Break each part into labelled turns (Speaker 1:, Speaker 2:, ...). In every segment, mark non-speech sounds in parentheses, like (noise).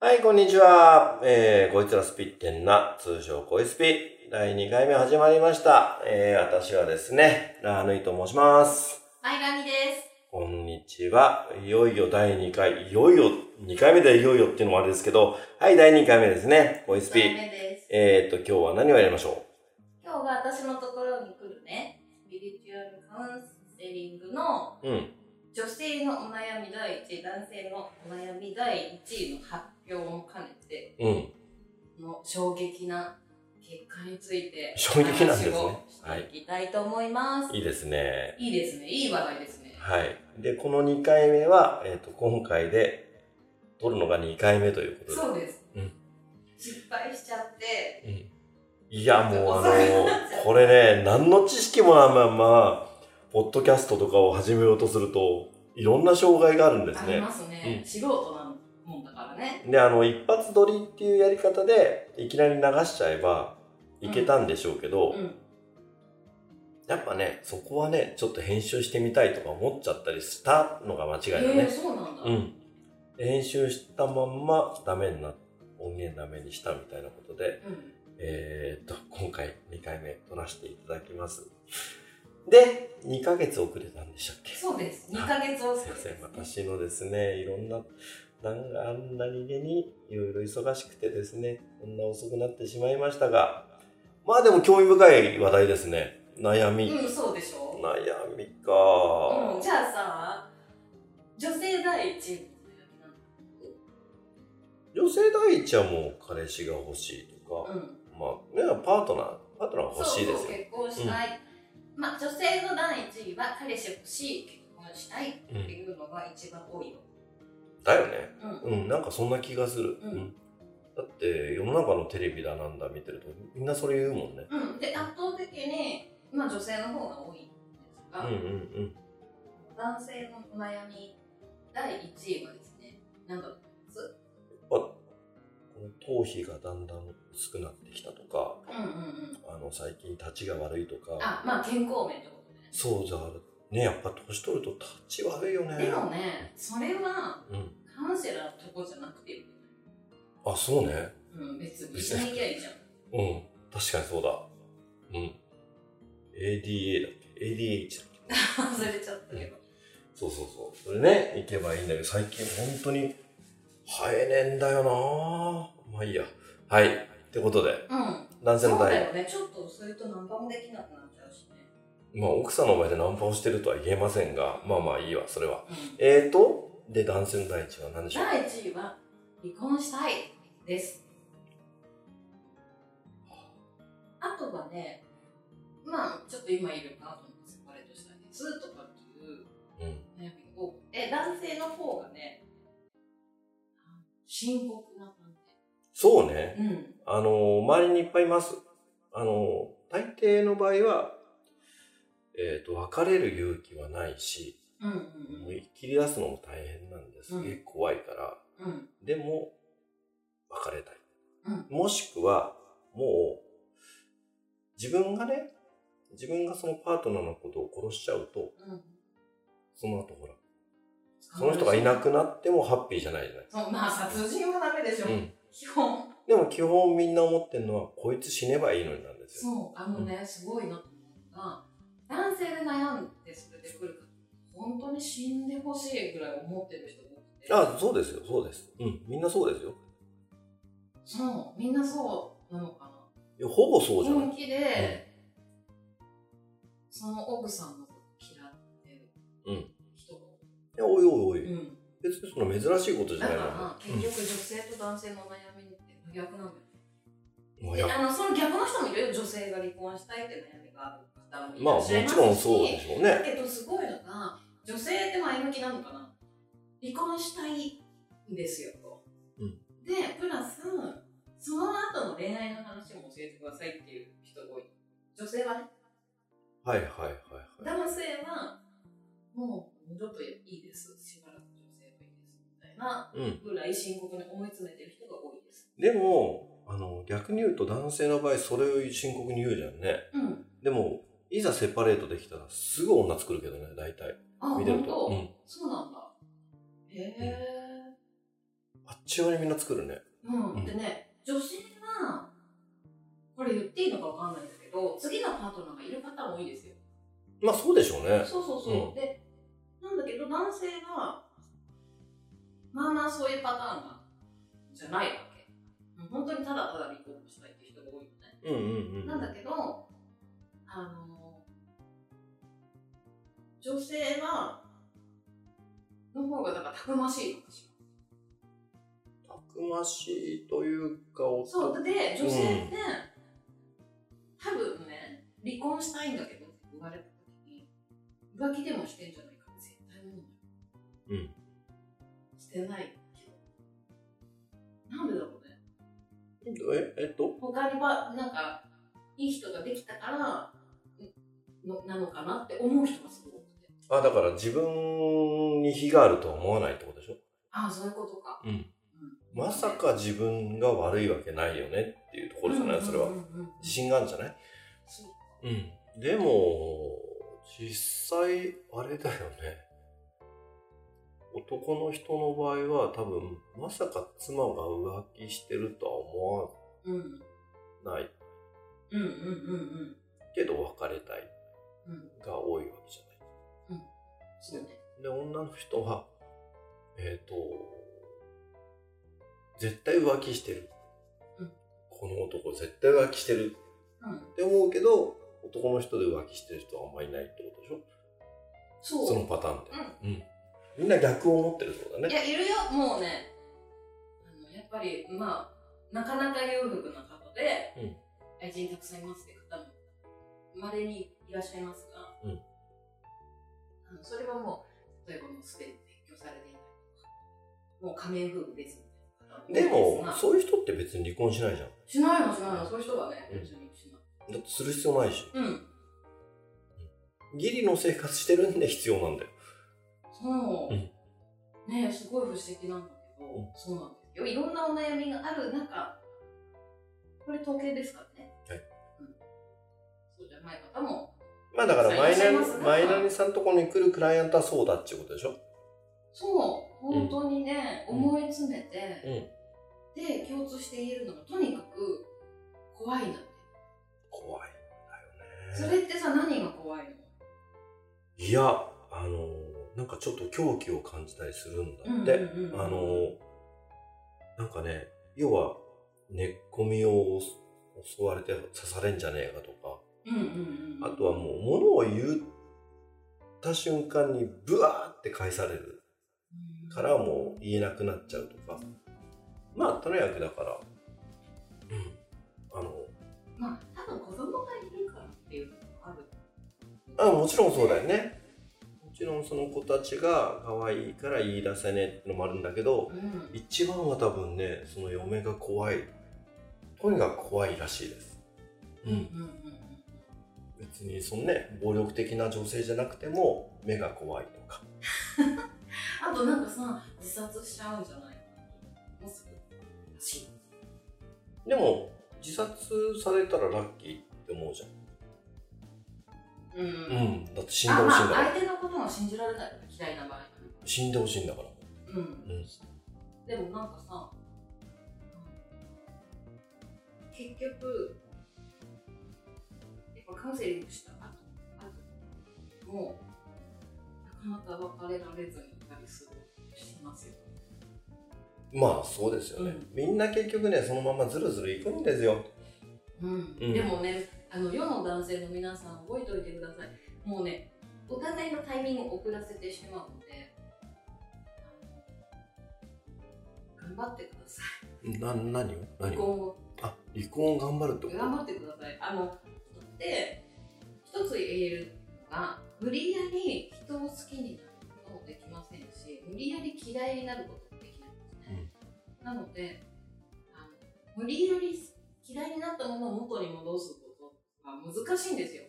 Speaker 1: はい、こんにちは。えー、こいつらスピってんな、通称こいスピ。第2回目始まりました。えー、私はですね、ラーヌイと申します。
Speaker 2: 前髪です。
Speaker 1: こんにちは。いよいよ第2回、いよいよ、2回目でいよいよっていうのもあれですけど、はい、第2回目ですね、こいス
Speaker 2: 二回
Speaker 1: ピ。
Speaker 2: 目です。
Speaker 1: えー、っと、今日は何をやりましょ
Speaker 2: 今日は私のところに来るね、スピリチュアルカウンセリングの
Speaker 1: ううん。
Speaker 2: 女性のお悩み第1位、男性のお悩み第1位の発表も兼ねて、
Speaker 1: うん。
Speaker 2: の衝撃な結果について、
Speaker 1: 衝撃なんですね
Speaker 2: 話をしていきたいと思います。
Speaker 1: いいですね。
Speaker 2: いいですね。いい話題ですね。
Speaker 1: はい。で、この2回目は、えーっと、今回で、撮るのが2回目ということで。
Speaker 2: そうです。
Speaker 1: うん
Speaker 2: 失敗しちゃって、
Speaker 1: うんいや、もうあの
Speaker 2: 遅くなっちゃう、
Speaker 1: これね、何の知識もないまんま、ポッドキャストとかを始めようとすると、いろんな障害があるんです
Speaker 2: あり
Speaker 1: ね。
Speaker 2: ますね。素人なもんだからね。
Speaker 1: で、あの、一発撮りっていうやり方で、いきなり流しちゃえば、いけたんでしょうけど、
Speaker 2: うん。
Speaker 1: やっぱね、そこはね、ちょっと編集してみたいとか思っちゃったりしたのが間違いだ
Speaker 2: えー、
Speaker 1: ね。
Speaker 2: そうなんだ。
Speaker 1: うん。で編集したまんま、ダメにな、音源ダメにしたみたいなことで、
Speaker 2: うん
Speaker 1: えーっと、今回2回目撮らせていただきます。で、2ヶ月遅れたんでしたっけ
Speaker 2: そ
Speaker 1: (laughs)
Speaker 2: うです。2ヶ月遅
Speaker 1: すいません、
Speaker 2: れです。
Speaker 1: 私のですね、いろんな、なんあんなにげにいろいろ忙しくてですね、こんな遅くなってしまいましたが、まあでも興味深い話題ですね。悩み。
Speaker 2: うん、そうでしょ
Speaker 1: 悩み
Speaker 2: う。うん、
Speaker 1: か。
Speaker 2: じゃあさ、女性第一位
Speaker 1: 女性第一はもう彼氏が欲しいと
Speaker 2: の
Speaker 1: か、
Speaker 2: うん。
Speaker 1: まあ、ね、パートナー、パートナーが欲しいです
Speaker 2: そうそう、
Speaker 1: よ。
Speaker 2: 結婚したい。まあ、女性の第一位は彼氏欲しい、結婚したいって
Speaker 1: うん
Speaker 2: いうのが一番多いよ。
Speaker 1: だよね。
Speaker 2: うん。
Speaker 1: うん、なんかそんな気がする。
Speaker 2: うん
Speaker 1: だって、世の中のテレビだなんだ見てると、みんなそれ言うもんね。
Speaker 2: うん。で、圧倒的に、まあ、女性の方が多いんです
Speaker 1: うん
Speaker 2: が、
Speaker 1: うんうん。
Speaker 2: 男性のお悩み第一位はですね、なんだろう。
Speaker 1: この頭皮がだんだん薄くなってきたとか、
Speaker 2: うんうんうん。
Speaker 1: あの、最近立ちが悪いとか、
Speaker 2: あ、まあ、健康面ってことね。
Speaker 1: そうだ、ね、やっぱ年取ると立ち悪いよね。
Speaker 2: でもね、それは、
Speaker 1: うん。
Speaker 2: カウンセラーのとこじゃなくていい
Speaker 1: あ、そうね。
Speaker 2: うん、別に一緒に行きゃいいじゃん。
Speaker 1: うん。確かにそうだ。うん。ADA だっけ ?ADH だっけ
Speaker 2: 忘れちゃったけど。
Speaker 1: そうそうそう。それね、行けばいいんだけど、最近本当に生えねえんだよなぁまあいいや。はい。ってことで、
Speaker 2: うん。
Speaker 1: 男性
Speaker 2: そ
Speaker 1: の
Speaker 2: う
Speaker 1: 代
Speaker 2: だよね。ちょっとするとナンパもできなくなっちゃうしね。
Speaker 1: まあ奥さんの前でナンパをしてるとは言えませんが、まあまあいいわ、それは。
Speaker 2: うん。
Speaker 1: えーと、で、男性の第一は何でしょう
Speaker 2: 第1位は、離婚したいです。あとはね、まあ、ちょっと今いるパートナーとセパレートしたいですとかっていう
Speaker 1: うん。
Speaker 2: 悩みが多くて、男性の方がね、深刻な感
Speaker 1: そうね。
Speaker 2: じ。うん。
Speaker 1: あのー周りにいっぱいいます。あのー大抵の場合は、えーと、別れる勇気はないし、
Speaker 2: うんうん
Speaker 1: もう切り出すのも大変なんです。
Speaker 2: うん
Speaker 1: げえ怖いから。
Speaker 2: うん。うん。
Speaker 1: でも、別れたい。
Speaker 2: うん
Speaker 1: もしくは、もう、自分がね、自分がそのパートナーのことを殺しちゃうと、
Speaker 2: うん。
Speaker 1: その後ほら、その人がいなくなってもハッピーじゃないじゃない
Speaker 2: そうまあ殺人はダメでしょ、
Speaker 1: うん
Speaker 2: 基本
Speaker 1: でも基本みんな思ってるのは、こいつ死ねばいいのになんですよ。
Speaker 2: そうあのね、すごいなと思うのが男性で悩んでそれで来るか本当に死んでほしいぐらい思ってる人多くて
Speaker 1: あ、そうですよ、そうです。うん、みんなそうですよ。
Speaker 2: そうみんなそうなのか
Speaker 1: いやほぼそう
Speaker 2: な
Speaker 1: じゃない。
Speaker 2: 本気で、その奥さんのこと嫌ってる人が多
Speaker 1: いや、おいおいお
Speaker 2: い
Speaker 1: い、
Speaker 2: うん
Speaker 1: 別にその珍しいことじゃ
Speaker 2: だ
Speaker 1: な
Speaker 2: か
Speaker 1: いもん
Speaker 2: ら結
Speaker 1: ね。
Speaker 2: 局女性と男性の悩みって真逆なんだよ
Speaker 1: うんもう
Speaker 2: で
Speaker 1: やっ
Speaker 2: あのその逆の人もいるよ女性が離婚したいって悩みがある方もい
Speaker 1: まあ
Speaker 2: ら
Speaker 1: も
Speaker 2: っしゃいま
Speaker 1: ち
Speaker 2: すし
Speaker 1: ろんそうでしょう
Speaker 2: だ
Speaker 1: ね。
Speaker 2: けどすごいのが女性って前向きなのかな離婚したいんですよと、
Speaker 1: うん
Speaker 2: でプラスその後の恋愛の話も教えてくださいっていう人が多い女性はね
Speaker 1: はいはいはいはい。
Speaker 2: 男性はもう二度といいですしばらく女性といいですみたいな
Speaker 1: うん。
Speaker 2: ぐらい深刻に思い詰めてる人が多いです
Speaker 1: でも、あの、逆に言うと男性の場合、それを深刻に言うじゃんね。
Speaker 2: うん
Speaker 1: でも、いざセパレートできたら、すぐ女作るけどね、大体。
Speaker 2: あ
Speaker 1: 見てる
Speaker 2: 本当
Speaker 1: と。うん。
Speaker 2: そうなんだへえ
Speaker 1: あっちゅう間にみんな作るね。
Speaker 2: うん、
Speaker 1: うん
Speaker 2: でね女性がこれ言っていいのかわかんないんだけど次のパートナーがいるパターン多いですよ
Speaker 1: まあそうでしょうね。
Speaker 2: そうそうそう、
Speaker 1: うん
Speaker 2: でなんだけど男性がまあまあそういうパターンがじゃないわけもう本当にただただ離婚したいっていう人が多いよね、
Speaker 1: うんうんうん。
Speaker 2: なんだけどあの女性はの方がだからたくましいのかしら
Speaker 1: たくましいというか、お
Speaker 2: そう、で、女性って、多分ね、離婚したいんだけどって言われた時に、浮気でもしてんじゃないかって絶対思うのよ。うん。してないけど。なんでだろうね。
Speaker 1: え、えっと
Speaker 2: 他にば、なんか、いい人ができたから、んのなのかなって思う人がすごく多くて。
Speaker 1: あ、だから自分に非があるとは思わないってことでしょ
Speaker 2: ああ、そういうことか。
Speaker 1: うん
Speaker 2: うん
Speaker 1: まさか自分が悪いわけないよねっていうところじゃないそれは
Speaker 2: うん。うんうんうん
Speaker 1: 自信があるんじゃない
Speaker 2: そうか
Speaker 1: うん。でも、実際、あれだよね。男の人の場合は多分、まさか妻が浮気してるとは思
Speaker 2: うん。うん
Speaker 1: わない
Speaker 2: うんうんうん。
Speaker 1: けど別れたい
Speaker 2: うん。
Speaker 1: が多いわけじゃない。
Speaker 2: そうね。
Speaker 1: で、女の人は、えっ、と、絶対浮気してる。
Speaker 2: うん
Speaker 1: この男絶対浮気してる
Speaker 2: うん。
Speaker 1: って思うけど、男の人で浮気してる人はあんまりいないってことでしょ
Speaker 2: そう。
Speaker 1: そのパターンって。うん。みんな逆を持ってるってことだ
Speaker 2: い
Speaker 1: ね。
Speaker 2: や、いるよ、もうね。あのやっぱり、まあ、なかなか裕福な方で、
Speaker 1: うん
Speaker 2: 愛人たくさんいますって方も、まれにいらっしゃいますが、
Speaker 1: うん
Speaker 2: あのそれはもう、例えばもうすでに提供されていないとか、もう仮面夫婦ですみたい
Speaker 1: で
Speaker 2: な方多い
Speaker 1: も
Speaker 2: で、すが
Speaker 1: そういう人って別に離婚しないじゃん。
Speaker 2: しないの、しないの、そういう人はね、
Speaker 1: うん
Speaker 2: 別にしない。
Speaker 1: だってする必要ないし。
Speaker 2: うん、
Speaker 1: ギリの生活してるんで必要なんだよ。
Speaker 2: そうう。
Speaker 1: ん
Speaker 2: ねすごい不思議なんだけど、
Speaker 1: う
Speaker 2: そうなんですよ。いろんなお悩みがある中、これ統計ですからね。
Speaker 1: はい
Speaker 2: うん、そうじゃない方も、
Speaker 1: まあだからマイナ
Speaker 2: そういらっしゃいます
Speaker 1: ニ、
Speaker 2: ね
Speaker 1: マイナニさんとこに来るクライアントはそうだっていうことでしょ
Speaker 2: そう、本当にね、
Speaker 1: うん
Speaker 2: 思い詰めて、で、共通して言えるのがとにかく怖いなって。
Speaker 1: 怖いんだ
Speaker 2: そ
Speaker 1: よね。
Speaker 2: れってさ、何が怖いの
Speaker 1: いや、あの、なんかちょっと狂気を感じたりするんだって。
Speaker 2: うんうんうん
Speaker 1: あの、なんかね、要は、寝っ込みを襲襲われて刺されんじゃねえかとか、
Speaker 2: うんうんうん。
Speaker 1: あとはもう物を言った瞬間にブワーって返される
Speaker 2: うん、
Speaker 1: からもう言えなくなっちゃうとか、まあ、とにかくだから、うん、あの、
Speaker 2: まあ、多分子供がいるからっていうのもある。
Speaker 1: あもちろんそうだよね。もちろんその子たちが可愛いから言い出せねえってのもあるんだけど、
Speaker 2: うん。
Speaker 1: 一番は多分ねその嫁が怖いとにかく怖いらしいですうん
Speaker 2: うんうんうん。
Speaker 1: 別にそのね暴力的な女性じゃなくても目が怖いとか
Speaker 2: あとなんかさ、自殺しちゃうんじゃないかなもうすぐらしい。
Speaker 1: でも自殺されたらラッキーって思うじ
Speaker 2: うん。
Speaker 1: ゃんうんだって死ん
Speaker 2: あ、
Speaker 1: でほしいんだ
Speaker 2: まあ
Speaker 1: か、ら
Speaker 2: 相手のことが信じられないから嫌いな場合はね
Speaker 1: 死んでほしいんだから
Speaker 2: うん。
Speaker 1: うん
Speaker 2: でもなんかさ、結局、やっぱカウンセリングした後、後もう、なかなか別れられずにいたりする、しますよ。
Speaker 1: まあそうですよね、
Speaker 2: うん
Speaker 1: みんな結局ねそのままずるずるいくんですよ
Speaker 2: うん
Speaker 1: うん
Speaker 2: でもねあの世の男性の皆さん覚えておいてくださいもうねお互いのタイミングを遅らせてしまうのであの頑張ってください
Speaker 1: な何を
Speaker 2: 離
Speaker 1: 何を
Speaker 2: 婚を
Speaker 1: あ離婚を頑張るってこと
Speaker 2: 頑張ってくださいあので一つ言えるのが無理やり人を好きになることもできませんし無理やり嫌いになることもできないんですね、なのであの無理やり嫌いになったものを元に戻すことは難しいんですよ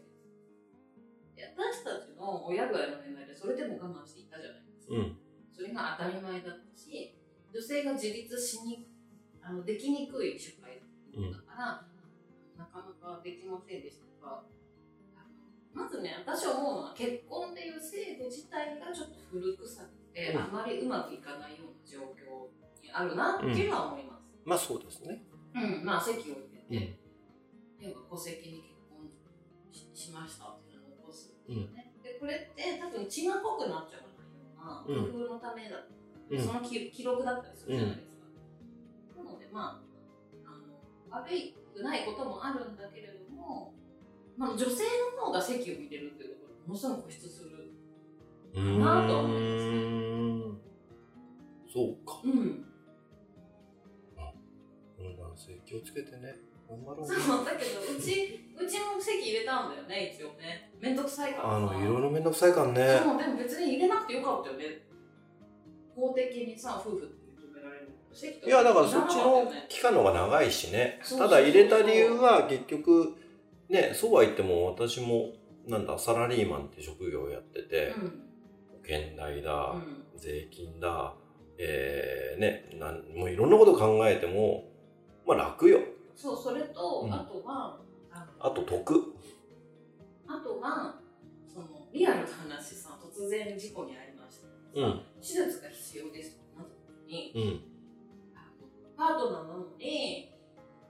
Speaker 2: で私たちの親ぐらいの年代でそれでも我慢していたじゃないですか、
Speaker 1: うん
Speaker 2: それが当たり前だったし女性が自立しにあのできにくい社会だったから、なかなかできませんでしたがあのまずね私思うのは結婚っていう制度自体がちょっと古臭く
Speaker 1: う
Speaker 2: て、
Speaker 1: ん
Speaker 2: あまりうまくいかないような状況にあるなっていうのは思います。
Speaker 1: まあそうですね。
Speaker 2: うん、まあ席を置い
Speaker 1: うん
Speaker 2: てて、例えば戸籍に結婚ししましたっていうのを起こすっていうね、でこれって多分血が濃くなっちゃわないような工夫のためだったり、その記記録だったりするじゃないですか、なのでまああの悪いくないこともあるんだけれども、まあ、女性の方が席を入れるっていうところにものすごく固執する
Speaker 1: うん
Speaker 2: なと思います
Speaker 1: うんそうか。
Speaker 2: うん
Speaker 1: この男性気をつけてね。頑張ろうね。
Speaker 2: そうだけどうちうちも席入れたんだよね一応ね面倒くさいからさ
Speaker 1: あのいろいろ面倒くさいからね。
Speaker 2: そうでも別に入れなくてよかったよね法的にさ夫婦って認められる席と
Speaker 1: いやだからそっ
Speaker 2: な
Speaker 1: ち
Speaker 2: かたよ
Speaker 1: の
Speaker 2: ね
Speaker 1: 期間の方が長いしね
Speaker 2: そう
Speaker 1: ただ入れた理由は結局ねそうは言っても私もなんだサラリーマンって職業をやってて、保険代だ、
Speaker 2: うんうん
Speaker 1: 税金だえー、ねなんもういろんなこと考えてもまあ楽よ
Speaker 2: そうそれと、
Speaker 1: うん
Speaker 2: あとはあの
Speaker 1: あと得
Speaker 2: あとはそのリアルな話さ突然事故に遭いました、
Speaker 1: うん
Speaker 2: 手術が必要ですとかなった時に
Speaker 1: うん
Speaker 2: あのパートナーなのに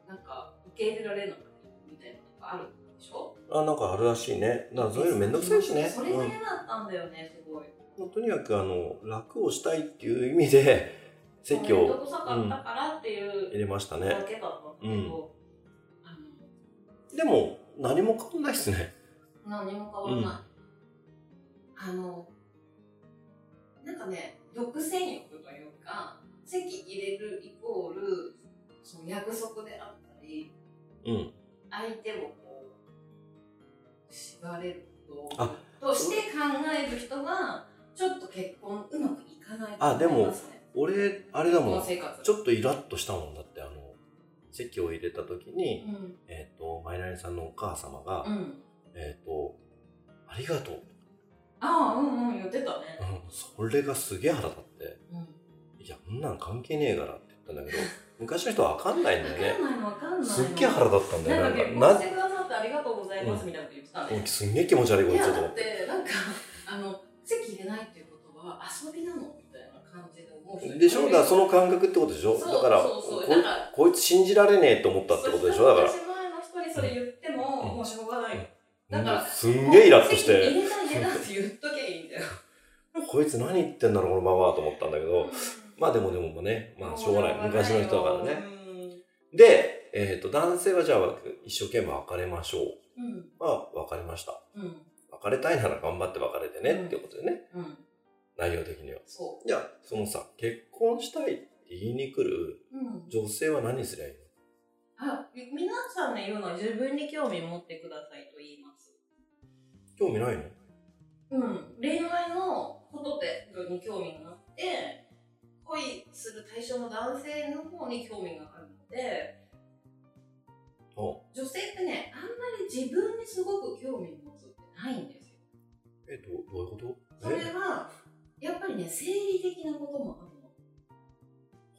Speaker 2: なんか受け入れられなかったみたいなのがあるでしょ
Speaker 1: あなんかあるらしいねなんかそういうの面倒くさいしね
Speaker 2: それが嫌だったんだよねすごい
Speaker 1: うん、とにかくあの楽をしたいっていう意味で
Speaker 2: (laughs)
Speaker 1: 席
Speaker 2: 面倒
Speaker 1: を
Speaker 2: くさかったからっていう、
Speaker 1: 入れましたね
Speaker 2: だけだったんだけど、
Speaker 1: でも何も変わんないっすね
Speaker 2: あの何も変わらない、あのなんかね独占欲というか席入れるイコールその約束であったり
Speaker 1: うん
Speaker 2: 相手をこう縛れること
Speaker 1: あ
Speaker 2: として考える人はちょっと結婚うまくいかない
Speaker 1: あでも
Speaker 2: 思いますね
Speaker 1: 俺あれだ
Speaker 2: こ
Speaker 1: もん
Speaker 2: の生活
Speaker 1: ちょっとイラッとしたもんだってあの席を入れた時に、
Speaker 2: うん
Speaker 1: えっとマイナリさんのお母様が「
Speaker 2: うん
Speaker 1: えっとありがとう
Speaker 2: ああうんうん言ってた」ね、
Speaker 1: うんそれがすげえ腹立って
Speaker 2: うん
Speaker 1: 「いやそんなん関係ねえから」って言ったんだ
Speaker 2: (laughs)
Speaker 1: けど昔の人は分かんないん
Speaker 2: わ
Speaker 1: だ
Speaker 2: か
Speaker 1: よ
Speaker 2: んない
Speaker 1: ね
Speaker 2: のわかんないの。
Speaker 1: すっげえ腹立ったんだよ
Speaker 2: なんか
Speaker 1: な
Speaker 2: 結
Speaker 1: ん
Speaker 2: 婚
Speaker 1: か
Speaker 2: してくださってありがとうございますみたいなこと言ってた
Speaker 1: な
Speaker 2: ね。
Speaker 1: すんげえ気持ち悪いこ
Speaker 2: い
Speaker 1: いつ
Speaker 2: や
Speaker 1: と
Speaker 2: だ
Speaker 1: 思っ
Speaker 2: っててなんかあの席入れないっていうことは遊びなのみたいな感じで思う人いるよ
Speaker 1: でしょだからその感覚ってことでしょ
Speaker 2: そう
Speaker 1: だから
Speaker 2: そうそう
Speaker 1: こ
Speaker 2: だから
Speaker 1: こいつ信じられねえと思ったってことでしょだから
Speaker 2: そう前の人にそれ言っても、
Speaker 1: うん
Speaker 2: もうしょうがないよ。だから
Speaker 1: うんすんげえイラッとし
Speaker 2: 席
Speaker 1: て
Speaker 2: 入れないでなって言っときゃいいんだよ。
Speaker 1: こいつ何言ってんだろうこのままと思ったんだけど、まあでもでもね、まあしょうがない。昔の人だからね。。で、えっ、と、男性はじゃあ一生懸命別れましょう。
Speaker 2: うんうん
Speaker 1: まあ、別れました。
Speaker 2: うん
Speaker 1: 別れたいなら頑張って別れてね、
Speaker 2: うん
Speaker 1: っていうことでね。
Speaker 2: うん
Speaker 1: 内容的には。
Speaker 2: そ
Speaker 1: じゃあ、そのさ、結婚したいって言いに来る
Speaker 2: う。うん。
Speaker 1: 女性は何すりゃいいの
Speaker 2: あ皆さんの言うのは自分に興味持ってくださいと言います。
Speaker 1: 興味ないの
Speaker 2: うん、恋愛のことでに興味があって恋する対象の男性の方に興味があるので
Speaker 1: お
Speaker 2: 女性ってねあんまり自分にすごく興味を持つってないんですよ
Speaker 1: え、どうどういうこと
Speaker 2: それ
Speaker 1: え
Speaker 2: はやっぱりね生理的なこともあるの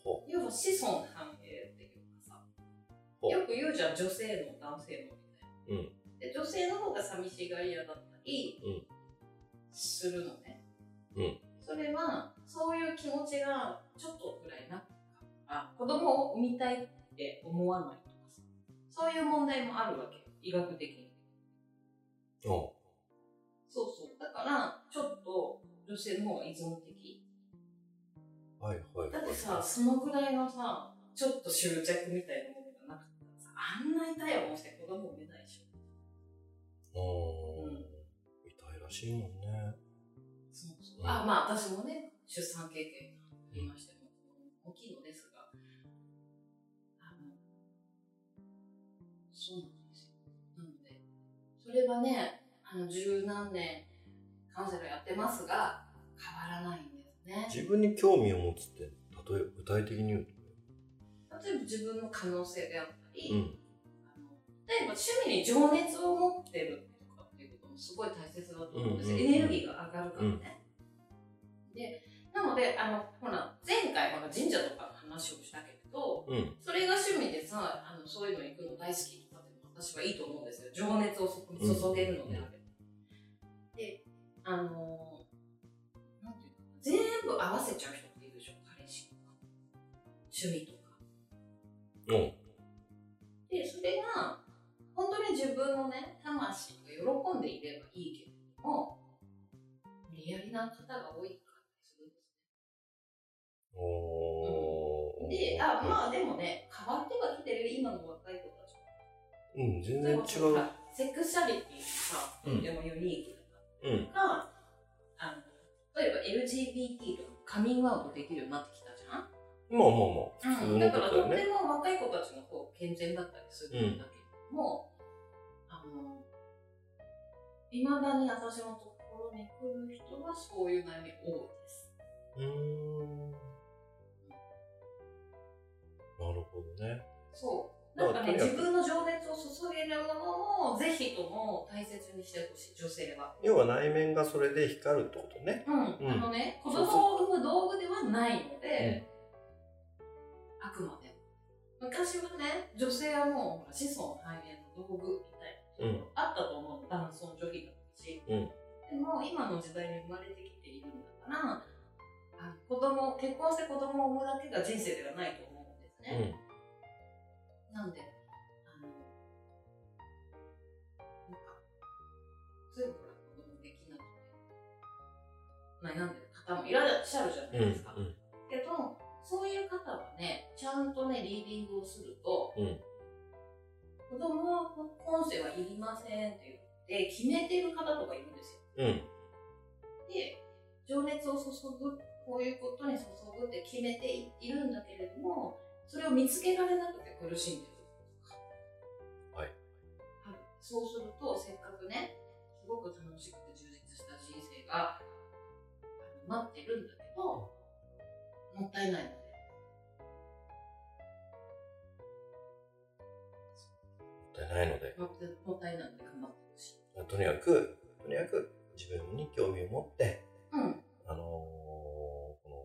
Speaker 1: ほ
Speaker 2: 要は子孫繁栄っていうか
Speaker 1: ほ
Speaker 2: さよく言うじゃん女性の男性のみたいな、
Speaker 1: うん
Speaker 2: で女性の方が寂しがり屋だったり
Speaker 1: うん
Speaker 2: するのね、
Speaker 1: うん
Speaker 2: それはそういう気持ちがちょっとぐらいなかったら子供を産みたいって思わないとかさそういう問題もあるわけ医学的に
Speaker 1: あ
Speaker 2: そうそうだからちょっと女性の方が依存的
Speaker 1: あはいはい
Speaker 2: だ
Speaker 1: は
Speaker 2: っ
Speaker 1: い。
Speaker 2: てさ、そのぐらいのさ、ちょっと執着みたいなものがなかったらさ、あんな痛い思いして子供産めないでしょ。
Speaker 1: うー
Speaker 2: うんん。
Speaker 1: 痛いらしいもんね。
Speaker 2: そうそううんあ、まあ私もね、出産経験がありましても、大きいのですが、あの、そうなんですよ。なので、それはね、あの、十何年カウンセラーやってますが、変わらないんですね。
Speaker 1: 自分に興味を持つって、例えば具体的に言うと。
Speaker 2: 例えば自分の可能性であったり、
Speaker 1: うん。
Speaker 2: あの例えば趣味に情熱を持ってるとかっていうこともすごい大切だと思うんですよ、
Speaker 1: うんうんうん
Speaker 2: エネルギーが上がるからね、でなのであのほら前回ほら神社とかの話をしたけど
Speaker 1: うん。
Speaker 2: それが趣味でさあのそういうの行くの大好きとかって私はいいと思うんですよ情熱をそこに注げるのであれば、であのなんていうの全部合わせちゃう人っているでしょ彼氏とか趣味とか。
Speaker 1: うん。
Speaker 2: で、それが、本当に自分のね、魂が喜んでいればいいけれども、無理やりな方が多い感じするんです
Speaker 1: おー
Speaker 2: ね。で、あ、まあでもね、変わってはきてるよ今の若い子たちも。
Speaker 1: うん、全
Speaker 2: それ
Speaker 1: 然違。
Speaker 2: こそうさセクシャリティが
Speaker 1: う
Speaker 2: と
Speaker 1: ん
Speaker 2: てもユニーク
Speaker 1: うん。
Speaker 2: だから、あの例えば LGBT とかカミングアウトできるようになってきたじゃ
Speaker 1: ま
Speaker 2: ん
Speaker 1: あまあまあ。普通
Speaker 2: うん
Speaker 1: の
Speaker 2: だ
Speaker 1: こ
Speaker 2: から
Speaker 1: と
Speaker 2: と
Speaker 1: だ
Speaker 2: っ
Speaker 1: よ
Speaker 2: て
Speaker 1: ね。
Speaker 2: も若い子たちの方健全だったりするんだけれども、あのいまだに私のところに来る人はそういう悩み多いです。
Speaker 1: うーん。なるほどね。
Speaker 2: そうなんかね
Speaker 1: だから
Speaker 2: 自分の情熱を注げるものをぜひとも大切にしてほしい女性は。
Speaker 1: 要は内面がそれで光るってことね。
Speaker 2: うん、
Speaker 1: うん
Speaker 2: あのね子
Speaker 1: うそう
Speaker 2: 供を産む道具ではないので、あくまでも昔はね女性はもうほら子孫繁栄の道具みたいなところあったと思うの男尊女卑だったし、
Speaker 1: うん
Speaker 2: でも今の時代に生まれてきているんだからあの子供結婚して子供を産むだけが人生ではないと思うんですね、なんであのなんかついほら子供できなくて悩んでる方もいらっしゃるじゃ
Speaker 1: う。う
Speaker 2: なんい
Speaker 1: ん
Speaker 2: ですか、。けどそういう方はねちゃんとねリーディングをすると、
Speaker 1: うん
Speaker 2: 子供は今世はいりませんって言って決めてる方とかいるんですよ
Speaker 1: うん。うん。
Speaker 2: で情熱を注ぐこういうことに注ぐって決めていいるんだけれどもそれを見つけられなくて苦しんでるとか
Speaker 1: はい
Speaker 2: はいそうするとせっかくねすごく楽しくて充実した人生があの待ってるんだけどもったいないので
Speaker 1: もったいないので、
Speaker 2: もったもったいないので頑張ってほしい
Speaker 1: まあとにかく、とにかく自分に興味を持って、
Speaker 2: うん
Speaker 1: あのーこの、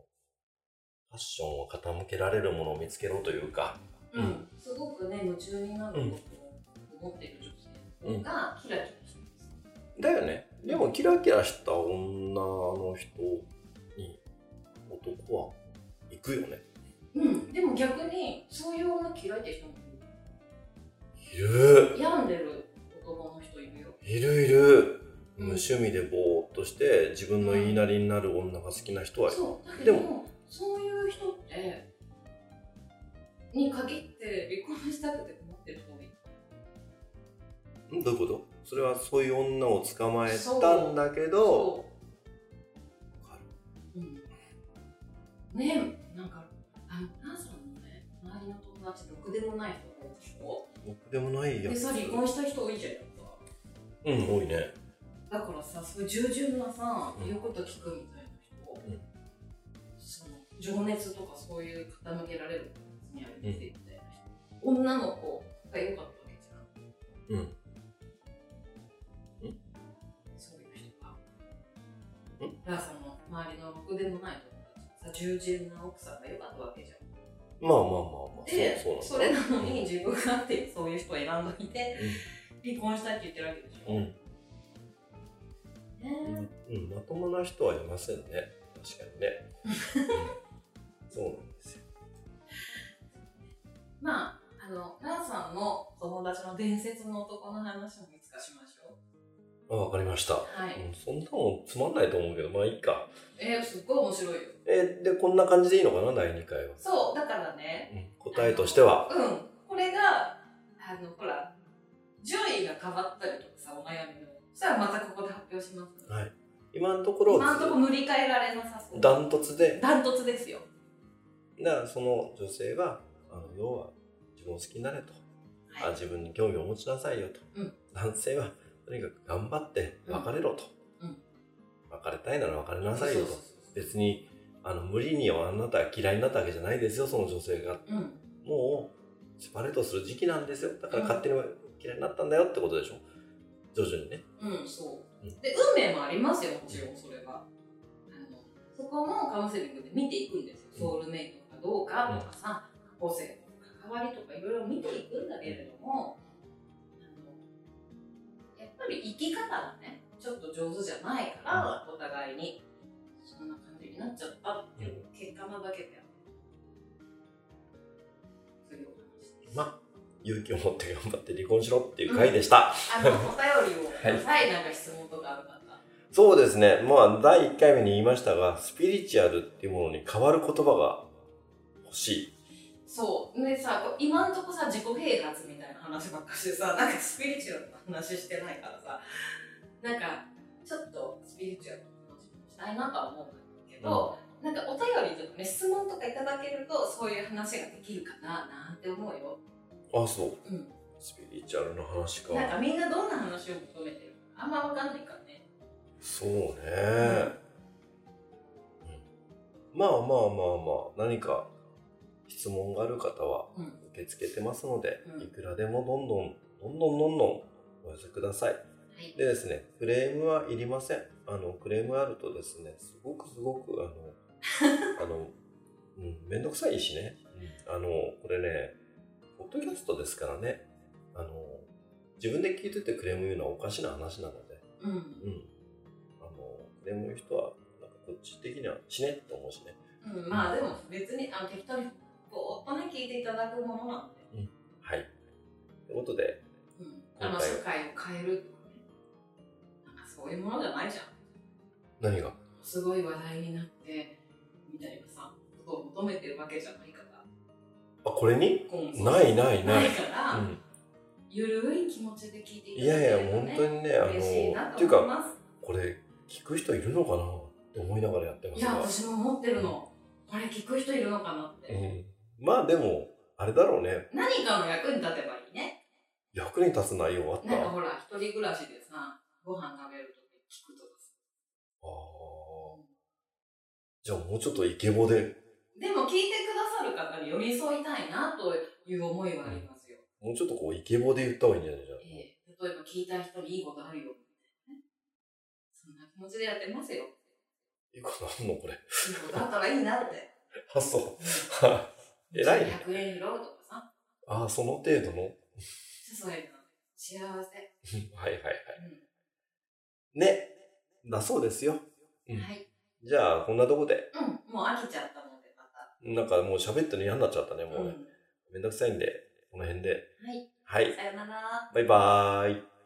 Speaker 1: ファッションを傾けられるものを見つけろというか、うん
Speaker 2: すごくね夢中になることを思っている女性がキラキラしてます
Speaker 1: だよね。でも、キラキラした女の人に、男は行くよね。
Speaker 2: うん、でも逆にそういう女嫌いって人も
Speaker 1: いる
Speaker 2: 病んでる男の人いるよ
Speaker 1: いるいる
Speaker 2: うん
Speaker 1: 無趣味でぼーっとして、自分の言いなりになる女が好きな人は、
Speaker 2: そうだけど
Speaker 1: で
Speaker 2: そういう人ってに限って離婚したくて困ってる人がいる
Speaker 1: んどういうことそれはそういう女を捕まえたんだけど、わか
Speaker 2: う、うん、ねえなんかあのナさんのね周りの友達ろくでもない人が多いでしょ
Speaker 1: 僕でもないや
Speaker 2: で
Speaker 1: つ。
Speaker 2: さ離婚した人多いじゃんやっ
Speaker 1: うん、多いね。
Speaker 2: ぱだからさそういう従順なさ
Speaker 1: うん
Speaker 2: 言うこと聞くみたいな人、
Speaker 1: うん
Speaker 2: その情熱とかそういう傾けられることにあるってみたいな人、女の子が良かったわけじゃん
Speaker 1: うん。
Speaker 2: そういう人が。ラーさんの周りのろくでもない友達さ、従順な奥さんが良かったわけじゃん。
Speaker 1: まあまあまあまあ、
Speaker 2: で、
Speaker 1: そう
Speaker 2: そ
Speaker 1: そうなん
Speaker 2: れ
Speaker 1: だ。
Speaker 2: なのに自分勝手にそういう人を選んどいて、離婚したいって言ってるわけでしょ。
Speaker 1: うん
Speaker 2: ね
Speaker 1: うん、うん、まともな人はいませんね。確かにね。うんそうなんですよ。
Speaker 2: まあ、あの、ラーさんの友達の伝説の男の話もいつかしましょ
Speaker 1: あ、わかりました。
Speaker 2: う。は
Speaker 1: う
Speaker 2: い。
Speaker 1: ん、そんなのつまんないと思うけど、まあいいか。
Speaker 2: えー、すっごい面白いよ。
Speaker 1: えーで、こんな感じでいいのかな、第2回は。
Speaker 2: そう、だからね、
Speaker 1: うん、答えとしては。
Speaker 2: うん、これが、あの、ほら、順位が変わったりとかさ、お悩みの。そしたらまたここで発表します、
Speaker 1: はい今のところ、
Speaker 2: 今んとこ塗り替えられなさそう。
Speaker 1: ダントツで、
Speaker 2: ダントツですよ。
Speaker 1: だからその女性が、あの要は自分を好きになれと、
Speaker 2: は
Speaker 1: あ、
Speaker 2: い
Speaker 1: 自分に興味を持ちなさいよと、
Speaker 2: うん
Speaker 1: 男性はとにかく頑張って別れろと、
Speaker 2: うんうん
Speaker 1: 別れたいなら別れなさいよと。
Speaker 2: そうそうそう
Speaker 1: 別にあの無理にはあなたは嫌いになったわけじゃないですよその女性が
Speaker 2: うん。
Speaker 1: もうセパレートする時期なんですよだから勝手に嫌いになったんだよってことでしょ徐々にね
Speaker 2: うん、そう。
Speaker 1: うん
Speaker 2: で、運命もありますよ、もちろん、それは。あの、そこもカウンセリングで見ていくんですよ。ソウルメイトかどうかとかさ、個性の関わりとかいろいろ見ていくんだけれども、あの、やっぱり生き方がね、ちょっと上手じゃないから、お互いに、そんな感じになっちゃったっていう結果なだけであっ
Speaker 1: まあ、勇気を持って頑張って離婚しろっていう回でした。
Speaker 2: あの、 (laughs) お便りをください。なんか質問とかある方。
Speaker 1: そうですね。まあ、第1回目に言いましたが、スピリチュアルっていうものに変わる言葉が欲しい。
Speaker 2: そう。でさ、こう今んとこさ、自己啓発みたいな話ばっかしてさ、 (laughs) なんかスピリチュアルの話してないからさ、なんか、ちょっとスピリチュアルの話もしたいなとは思うんだけど、なんかお便りとかね、質問とかいただけると、そういう話ができるかな、なんて思うよ。
Speaker 1: あ、そう。
Speaker 2: うん。
Speaker 1: スピリチュアルの話か。
Speaker 2: なんかみんなどんな話を求めてるか、あんまわかんないからね。
Speaker 1: そうね、うんまあまあまあまあ、何か質問がある方は
Speaker 2: うん。
Speaker 1: 受け付けてますので、
Speaker 2: うん
Speaker 1: いくらでもどんどん、どんどんどんどんお寄せください。
Speaker 2: はい。
Speaker 1: でですね、クレームはいりません。あの、クレームあるとですね、すごくすごく、あ
Speaker 2: (laughs)
Speaker 1: の、あの、うん、めんどくさいしね。あの、これね、ポッドキャストですからね、あの、自分で聞いててクレーム言うのはおかしな話なので、
Speaker 2: うん。
Speaker 1: うん。あの、クレーム言う人は、なんかこっち的には死ねって思うしね。
Speaker 2: うん、まあでも別に、あの、適当に、ぼーっとね、聞いていただくものなんで。
Speaker 1: はい。ということで、
Speaker 2: うんあの社会を変えるとかねなんかそういうものじゃないじゃん
Speaker 1: 何が
Speaker 2: すごい話題になってみたいなさことを求めてるわけじゃないから
Speaker 1: あ、これに
Speaker 2: 今後
Speaker 1: ないないな。
Speaker 2: ないいから、
Speaker 1: うん。
Speaker 2: ゆるい気持ちで聞いてい
Speaker 1: い
Speaker 2: ただ
Speaker 1: や
Speaker 2: け
Speaker 1: いや、
Speaker 2: ると
Speaker 1: 本
Speaker 2: ね
Speaker 1: 当にね、あの、
Speaker 2: 嬉しいな
Speaker 1: っ
Speaker 2: と
Speaker 1: ていう
Speaker 2: 思い
Speaker 1: か、
Speaker 2: ます
Speaker 1: これ、聞く人いるのかなって思いながらやってま
Speaker 2: い
Speaker 1: すが
Speaker 2: や。私も思ってるのこれ聞く人いるのかなって、
Speaker 1: うん。まあでも、あれだろうね。
Speaker 2: 何かの役に立てばいいね
Speaker 1: 役に立つ内容あった。
Speaker 2: なんか
Speaker 1: あ
Speaker 2: ほら一人暮らしでさご飯食べるとき聞くとかさ
Speaker 1: あー。じゃあもうちょっとイケボで、
Speaker 2: でも聞いてくださる方に寄り添いたいなという思いはありますよ
Speaker 1: もうちょっとこうイケボで言った方がいいんじゃないじゃない
Speaker 2: えー例えば聞いた人にいいことあるよ。そんな気持ちでやってますよ。い
Speaker 1: いいことあんのこれ。
Speaker 2: いことあったらいいなって。
Speaker 1: あ、そう。はい (laughs) 偉いね。
Speaker 2: 100円拾うとかさ。
Speaker 1: ああ、その程度の。 (laughs) はい
Speaker 2: そういうの。幸せ。
Speaker 1: はいはい。
Speaker 2: う。
Speaker 1: ね。だそうですよ。うんん
Speaker 2: はい。
Speaker 1: じゃあ、こんなとこで。
Speaker 2: うん。もう飽きちゃったので、また。
Speaker 1: なんかもう喋ってるの嫌になっちゃったね、も
Speaker 2: う。
Speaker 1: うんね。
Speaker 2: は
Speaker 1: めんどくさいんで、この辺で。
Speaker 2: い。
Speaker 1: はい。
Speaker 2: さよなら。
Speaker 1: バイバーイ。